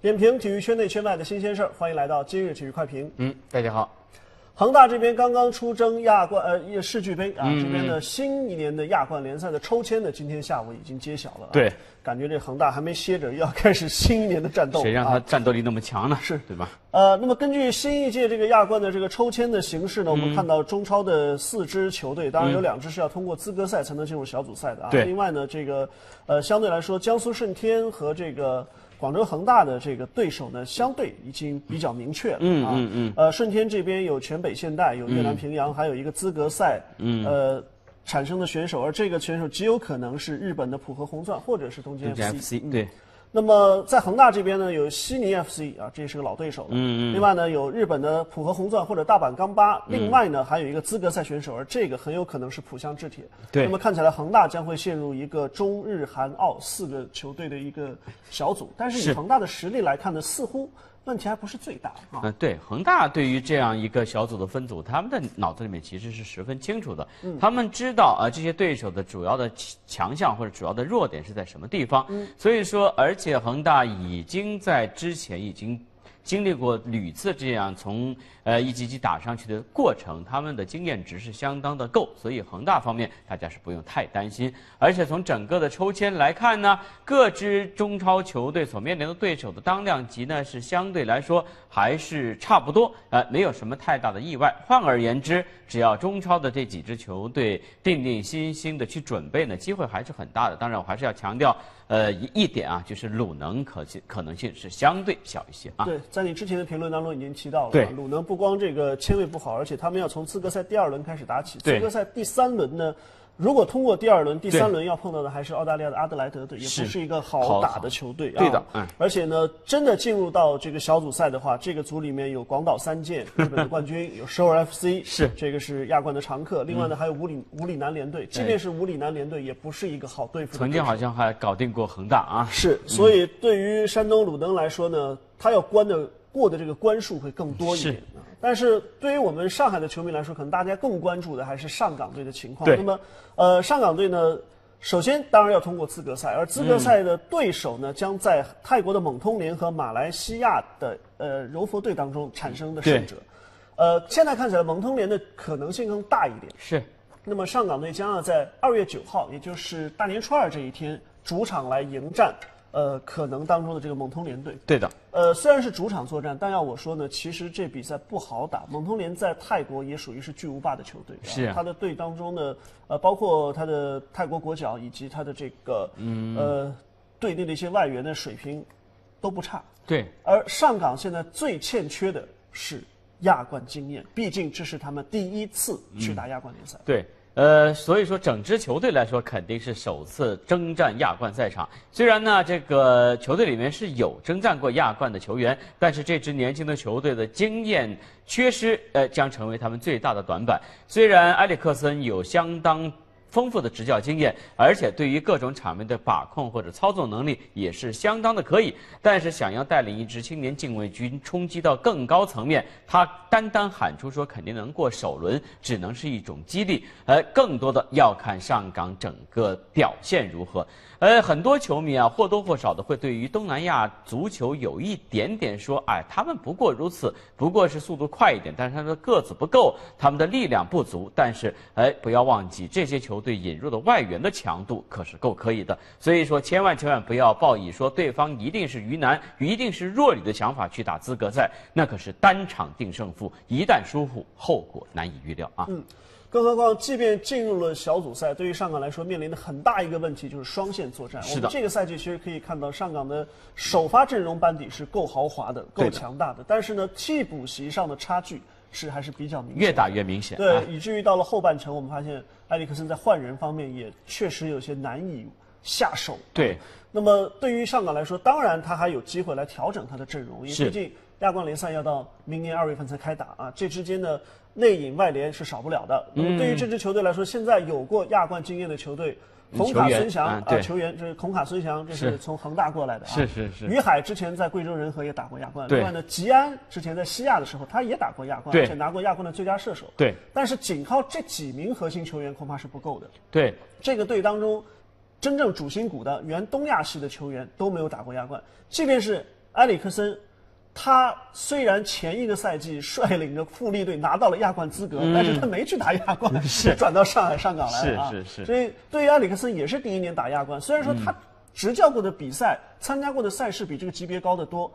点评体育圈内圈外的新鲜事儿，欢迎来到今日体育快评。嗯，大家好。恒大这边刚刚出征亚冠呃世俱杯啊，嗯这边呢新一年的亚冠联赛的抽签呢，今天下午已经揭晓了、啊。对，感觉这恒大还没歇着，又要开始新一年的战斗。谁让啊他战斗力那么强呢？是对吧？呃，那么根据新一届这个亚冠的这个抽签的形式呢，我们嗯看到中超的四支球队，当然有两支是要通过资格赛才能进入小组赛的啊。对另外呢，这个呃，相对来说，江苏舜天和这个广州恒大的这个对手呢，相对已经比较明确了啊。嗯嗯嗯。呃，舜天这边有全北现代，有越南平阳，还有一个资格赛。嗯。呃。产生的选手，而这个选手极有可能是日本的浦和红钻，或者是东京对 FC。 FC 对，那么在恒大这边呢，有悉尼 FC 啊，这也是个老对手了。嗯嗯。另外呢，有日本的浦和红钻或者大阪钢巴。另外呢，还有一个资格赛选手，而这个很有可能是浦项制铁。对那么看起来恒大将会陷入一个中日韩澳四个球队的一个小组，但是以是恒大的实力来看呢，似乎问题还不是最大啊。嗯，对，恒大对于这样一个小组的分组，他们的脑子里面其实是十分清楚的。他们知道啊、呃这些对手的主要的强强项或者主要的弱点是在什么地方。所以说，而且恒大已经在之前已经经历过屡次这样从呃一级级打上去的过程，他们的经验值是相当的够，所以恒大方面大家是不用太担心。而且从整个的抽签来看呢，各支中超球队所面临的对手的当量级呢是相对来说还是差不多，呃，没有什么太大的意外。换而言之，只要中超的这几支球队定定心心的去准备呢，机会还是很大的。当然，我还是要强调呃一一点啊，就是鲁能可信可能性是相对小一些啊。对，在你之前的评论当中已经提到了，啊对鲁能不光这个签位不好，而且他们要从资格赛第二轮开始打起。对资格赛第三轮呢，如果通过第二轮，第三轮要碰到的还是澳大利亚的阿德莱德队，也不是是一个好好打的球队啊。对的嗯而且呢，真的进入到这个小组赛的话，这个组里面有广岛三剑，日本的冠军，有首尔 FC， 是嗯这个是亚冠的常客。另外呢，还有五里五里南联队，即便是五里南联队，也不是一个好对付的曾对经手。好像还搞定过恒大啊。是，所以对于山东鲁能来说呢，他要关的过的这个关数会更多一点是啊。但是对于我们上海的球迷来说，可能大家更关注的还是上港队的情况。对那么，呃，上港队呢，首先当然要通过资格赛，而嗯资格赛的对手呢，将在泰国的猛通联和马来西亚的呃柔佛队当中产生的胜者。呃，现在看起来蒙通联的可能性更大一点。是，那么上港队将要在二月九号，也就是大年初二这一天，主场来迎战，呃，可能当中的这个蒙通联队。对的，呃，虽然是主场作战，但要我说呢，其实这比赛不好打。蒙通联在泰国也属于是巨无霸的球队，是啊他的队当中呢，呃，包括他的泰国国脚以及他的这个，嗯呃，队内的一些外援的水平都不差。对，而上港现在最欠缺的是亚冠经验，毕竟这是他们第一次去嗯打亚冠联赛。对，呃，所以说整支球队来说，肯定是首次征战亚冠赛场。虽然呢，这个球队里面是有征战过亚冠的球员，但是这支年轻的球队的经验缺失，呃，将成为他们最大的短板。虽然埃里克森有相当。丰富的执教经验，而且对于各种场面的把控或者操纵能力也是相当的可以。但是想要带领一支青年禁卫军冲击到更高层面，他单单喊出说肯定能过首轮，只能是一种激励。呃，更多的要看上港整个表现如何。呃，很多球迷啊，或多或少的会对于东南亚足球有一点点说，哎，他们不过如此，不过是速度快一点，但是他们的个子不够，他们的力量不足。但是，哎，不要忘记这些球队引入的外援的强度可是够可以的。所以说，千万千万不要抱以说对方一定是鱼腩，一定是弱旅的想法去打资格赛，那可是单场定胜负，一旦疏忽，后果难以预料啊。更何况，即便进入了小组赛，对于上港来说，面临的很大一个问题就是双线作战。是的我们这个赛季其实可以看到，上港的首发阵容班底是够豪华的、够对的强大的，但是呢，替补席上的差距是还是比较明显的。越打越明显。对哎，以至于到了后半程，我们发现埃里克森在换人方面也确实有些难以下手。对，那么对于上港来说，当然他还有机会来调整他的阵容，因为是毕竟亚冠联赛要到明年二月份才开打啊，这之间的内引外联是少不了的。那么对嗯于这支球队来说，现在有过亚冠经验的球队，孔卡球员孙祥啊啊、对球员这是孔卡孙祥，这是是从恒大过来的啊。是是是于海之前在贵州仁和也打过亚冠，对另外呢，吉安之前在西亚的时候他也打过亚冠，对而且拿过亚冠的最佳射手。对但是仅靠这几名核心球员恐怕是不够的。对，这个队当中，真正主心骨的原东亚系的球员都没有打过亚冠，即便是埃里克森，他虽然前一个赛季率领着富力队拿到了亚冠资格，但是他没去打亚冠，嗯 是转到上海上港来了是啊。是嗯是所以对于埃里克森也是第一年打亚冠，虽然说他执教过的比赛、参加过的赛事比这个级别高得多。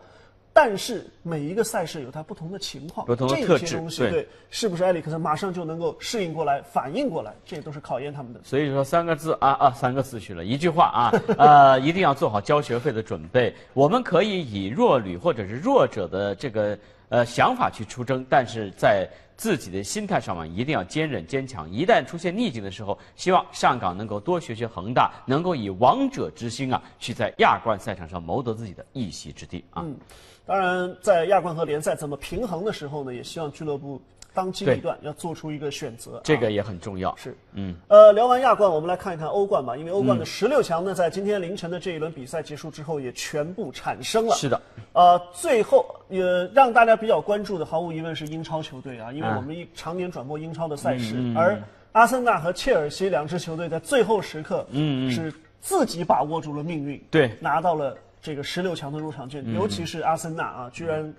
但是每一个赛事有它不同的情况，不同的这特质些东西对是不是埃里克森马上就能够适应过来、反应过来，这都是考验他们的。所以说三个字啊啊，三个字去了，一句话啊， 呃，一定要做好交学费的准备。我们可以以弱旅或者是弱者的这个呃想法去出征，但是在自己的心态上面一定要坚韧坚强。一旦出现逆境的时候，希望上港能够多学学恒大，能够以王者之心啊，去在亚冠赛场上谋得自己的一席之地啊。当然，在亚冠和联赛怎么平衡的时候呢，也希望俱乐部当机立断，要做出一个选择啊。这个也很重要。是，嗯，呃，聊完亚冠，我们来看一看欧冠吧，因为欧冠的十六强呢，在今天凌晨的这一轮比赛结束之后，也全部产生了。是的，呃，最后也让大家比较关注的，毫无疑问是英超球队啊，因为我们一常年转播英超的赛事，而阿森纳和切尔西两支球队在最后时刻，嗯，是自己把握住了命运，对嗯拿到了这个十六强的入场券，尤其是阿森纳啊，居然。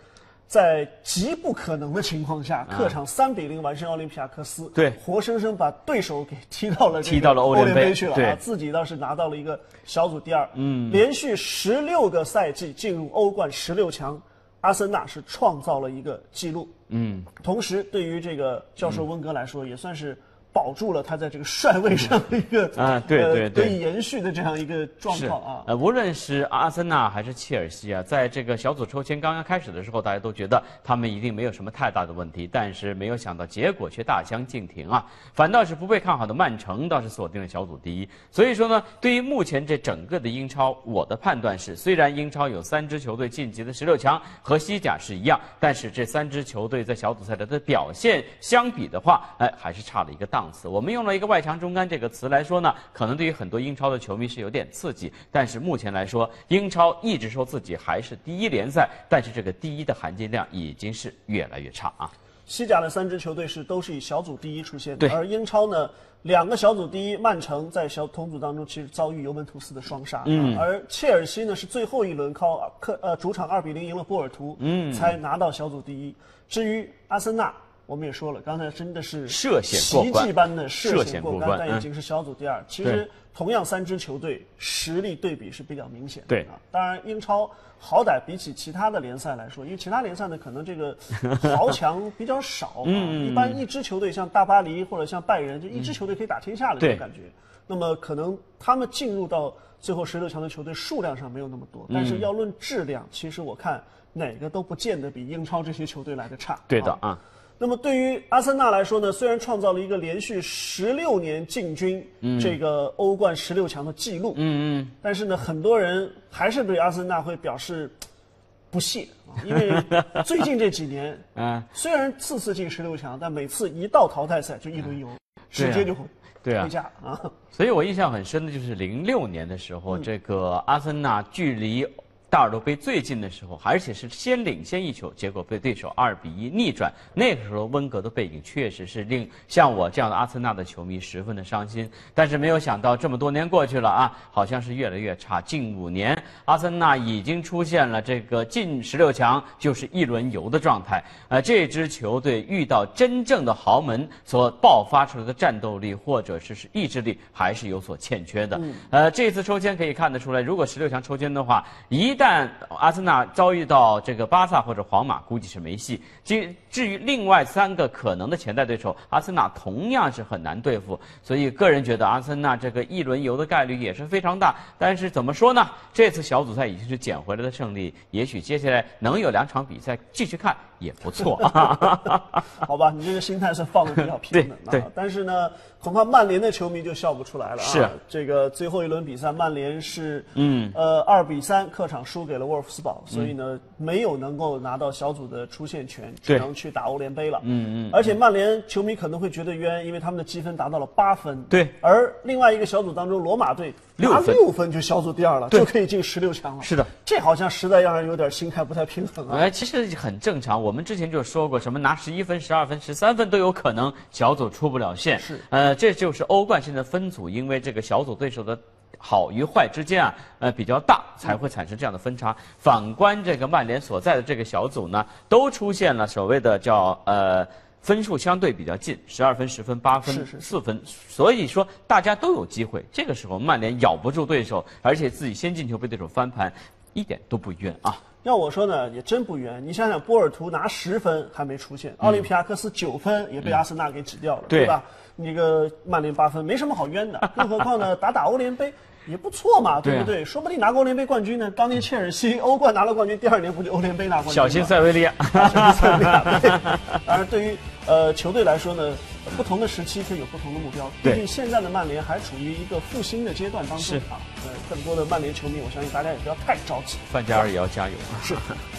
在极不可能的情况下，客场三比零完胜奥林匹亚克斯，啊对活生生把对手给踢到了这个踢到了欧欧联联杯去了啊对，自己倒是拿到了一个小组第二，嗯，连续十六个赛季进入欧冠十六强，阿森纳是创造了一个记录，嗯，同时对于这个教授温格来说，也算是保住了他在这个帅位上的一个啊对呃对得对以延续的这样一个状是况啊，呃，无论是阿森纳还是切尔西啊，在这个小组抽签刚刚开始的时候，大家都觉得他们一定没有什么太大的问题，但是没有想到结果却大相径庭啊！反倒是不被看好的曼城倒是锁定了小组第一。所以说呢，对于目前这整个的英超，我的判断是，虽然英超有三支球队晋级的十六强和西甲是一样，但是这三支球队在小组赛的表现相比的话，哎，还是差了一个档次。我们用了一个“外强中干”这个词来说呢，可能对于很多英超的球迷是有点刺激，但是目前来说，英超一直说自己还是第一联赛，但是这个第一的含金量已经是越来越差啊。西甲的三支球队是都是以小组第一出现的，对而英超呢，两个小组第一，曼城在小同组当中其实遭遇尤文图斯的双杀，嗯，而切尔西呢是最后一轮靠客呃主场二比零赢了波尔图，嗯，才拿到小组第一。至于阿森纳，我们也说了，刚才真的是涉险过关奇迹般的涉涉险险过过关，关但已嗯经是小组第二。其对实同样三支球队实力对比是比较明显的，对啊。当然，英超好歹比起其他的联赛来说，因为其他联赛呢，可能这 个豪强比较少啊，嗯一般一支球队像大巴黎或者像拜仁，就一支球队可以打天下的这种对感觉。那么可能他们进入到最后十六强的球队数量上没有那么多，但嗯是要论质量，其实我看哪个都不见得比英超这些球队来的差。对的啊啊，那么对于阿森纳来说呢，虽然创造了一个连续十六年进军这个欧冠十六强的记录，嗯嗯。但是呢，很多人还是对阿森纳会表示不屑，啊，因 为最近这几年，嗯，虽然次次进十六强，但每次一到淘汰赛就一轮游，直接就啊对啊回家啊。所以我印象很深的就是零六年的时候，这个阿森纳距离大耳朵杯最近的时候，而且是先领先一球，结果被对手二比一逆转。那个时候温格的背景确实是令像我这样的阿森纳的球迷十分的伤心。但是没有想到这么多年过去了啊，好像是越来越差。近五年，阿森纳已经出现了这个进十六强就是一轮游的状态。呃，这支球队遇到真正的豪门所爆发出来的战斗力或者是是意志力还是有所欠缺的。呃，这次抽签可以看得出来，如果十六强抽签的话，一旦阿森纳遭遇到这个巴萨或者皇马，估计是没戏。至至于另外三个可能的潜在对手，阿森纳同样是很难对付。所以个人觉得阿森纳这个一轮游的概率也是非常大。但是怎么说呢？这次小组赛已经是捡回来的胜利，也许接下来能有两场比赛继续看也不错啊。 好吧，你这个心态是放的比较平稳的对啊对。但是呢，恐怕曼联的球迷就笑不出来了啊。是这个最后一轮比赛，曼联是嗯呃二比三客场输给了沃尔夫斯堡，所以呢没有能够拿到小组的出线权，只嗯对能去打欧联杯了。嗯嗯。而且曼联球迷可能会觉得冤，因为他们的积分达到了八分。对而另外一个小组当中，罗马队六拿分六分就小组第二了，对就可以进十六强了。是的。这好像实在让人有点心态不太平衡啊。哎，其实很正常。我们之前就说过，什么拿十一分、十二分、十三分都有可能小组出不了线。是呃，这就是欧冠现在分组，因为这个小组对手的好与坏之间啊，呃比较大，才会产生这样的分差。反观这个曼联所在的这个小组呢，都出现了所谓的叫呃。分数相对比较近，十二分、十分、八分、四分，所以说大家都有机会。这个时候，曼联咬不住对手，而且自己先进球被对手翻盘，一点都不冤啊！要我说呢，也真不冤。你想想，波尔图拿十分还没出现，奥林匹亚克斯九分也被阿森纳给挤掉了，嗯、对吧？那个曼联八分，没什么好冤的。更何况呢，打打欧联杯。也不错嘛，对不对？对啊、说不定拿欧联杯冠军呢。当年切尔西 欧冠拿了冠军，第二年不就欧联杯拿冠军？小心塞维利亚！小心塞维利亚。对 当然，对于呃球队来说呢，不同的时期是有不同的目标。毕竟现在的曼联还处于一个复兴的阶段当中啊。呃，更多的曼联球迷，我相信大家也不要太着急。范加尔也要加油。是。